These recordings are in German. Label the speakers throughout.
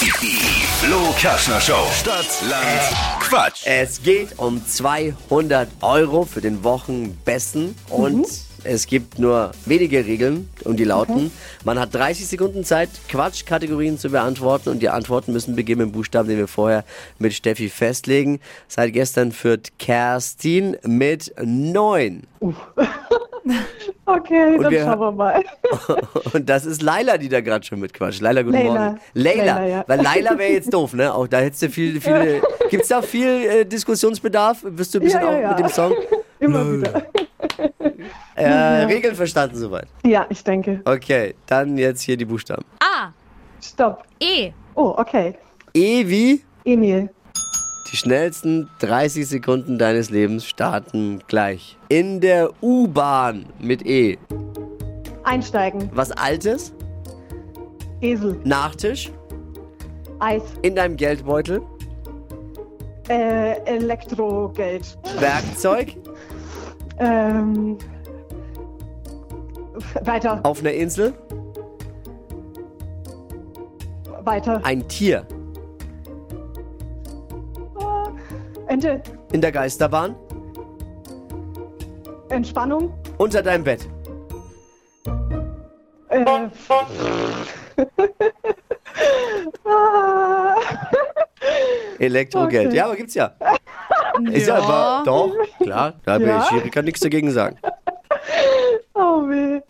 Speaker 1: Die Flo Kaschner Show. Stadt, Land, Quatsch.
Speaker 2: Es geht um 200 Euro für den Wochenbesten und
Speaker 3: Mhm.
Speaker 2: es gibt nur wenige Regeln und die lauten,
Speaker 3: Mhm.
Speaker 2: man hat 30 Sekunden Zeit, Quatschkategorien zu beantworten und die Antworten müssen beginnen mit dem Buchstaben, den wir vorher mit Steffi festlegen. Seit gestern führt Kerstin mit 9
Speaker 3: Okay, dann
Speaker 2: wir-
Speaker 3: schauen wir mal.
Speaker 2: und das ist Laila, die da gerade schon mitquatscht. Laila, guten
Speaker 3: Leila.
Speaker 2: Morgen. Laila,
Speaker 3: Leila, ja.
Speaker 2: weil Laila wäre jetzt doof, ne? Auch da hättest du viel, viel gibt's da viel äh, Diskussionsbedarf? Bist du ein bisschen
Speaker 3: Ja, ja,
Speaker 2: auch
Speaker 3: ja.
Speaker 2: mit dem Song?
Speaker 3: Immer wieder.
Speaker 2: Äh, Regeln verstanden soweit.
Speaker 3: Ja, ich denke.
Speaker 2: Okay, dann jetzt hier die Buchstaben.
Speaker 4: A.
Speaker 3: Stopp.
Speaker 4: E.
Speaker 3: Oh, okay.
Speaker 2: E wie
Speaker 3: Emil.
Speaker 2: die schnellsten 30 Sekunden deines Lebens starten gleich. In der U-Bahn mit E.
Speaker 3: Einsteigen.
Speaker 2: Was Altes?
Speaker 3: Esel.
Speaker 2: Nachtisch?
Speaker 3: Eis.
Speaker 2: In deinem Geldbeutel?
Speaker 3: Äh, Elektrogeld.
Speaker 2: Werkzeug?
Speaker 3: Ähm. Weiter.
Speaker 2: Auf einer Insel?
Speaker 3: Weiter.
Speaker 2: Ein Tier?
Speaker 3: Ah, Ente.
Speaker 2: In der Geisterbahn?
Speaker 3: Entspannung.
Speaker 2: Unter deinem Bett?
Speaker 3: Äh. Ah,
Speaker 2: Elektrogeld.
Speaker 3: Okay.
Speaker 2: Ja, aber gibt's ja. Ist ja, aber doch, klar. Da bin
Speaker 3: Ja.
Speaker 2: ich hier, ich kann nichts dagegen sagen.
Speaker 3: oh weh.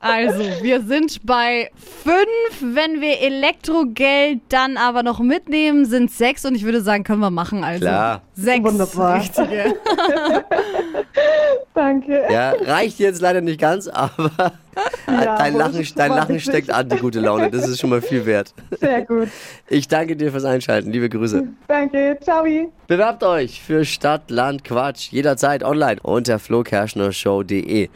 Speaker 4: Also, wir sind bei fünf. Wenn wir Elektrogeld dann aber noch mitnehmen, sind sechs. Und ich würde sagen, können wir machen. Also
Speaker 2: Klar.
Speaker 4: sechs.
Speaker 3: Wunderbar.
Speaker 4: Richtige.
Speaker 3: Danke.
Speaker 2: Ja, reicht jetzt leider nicht ganz, aber
Speaker 3: Ja,
Speaker 2: dein
Speaker 3: aber das
Speaker 2: Lachen,
Speaker 3: ist
Speaker 2: dein
Speaker 3: schon mal
Speaker 2: Lachen
Speaker 3: witzig.
Speaker 2: steckt an, die gute Laune. Das ist schon mal viel wert.
Speaker 3: Sehr gut.
Speaker 2: Ich danke dir fürs Einschalten. Liebe Grüße.
Speaker 3: Danke. Ciao.
Speaker 2: Bewerbt euch für Stadt, Land, Quatsch jederzeit online unter flokerschnershow.de.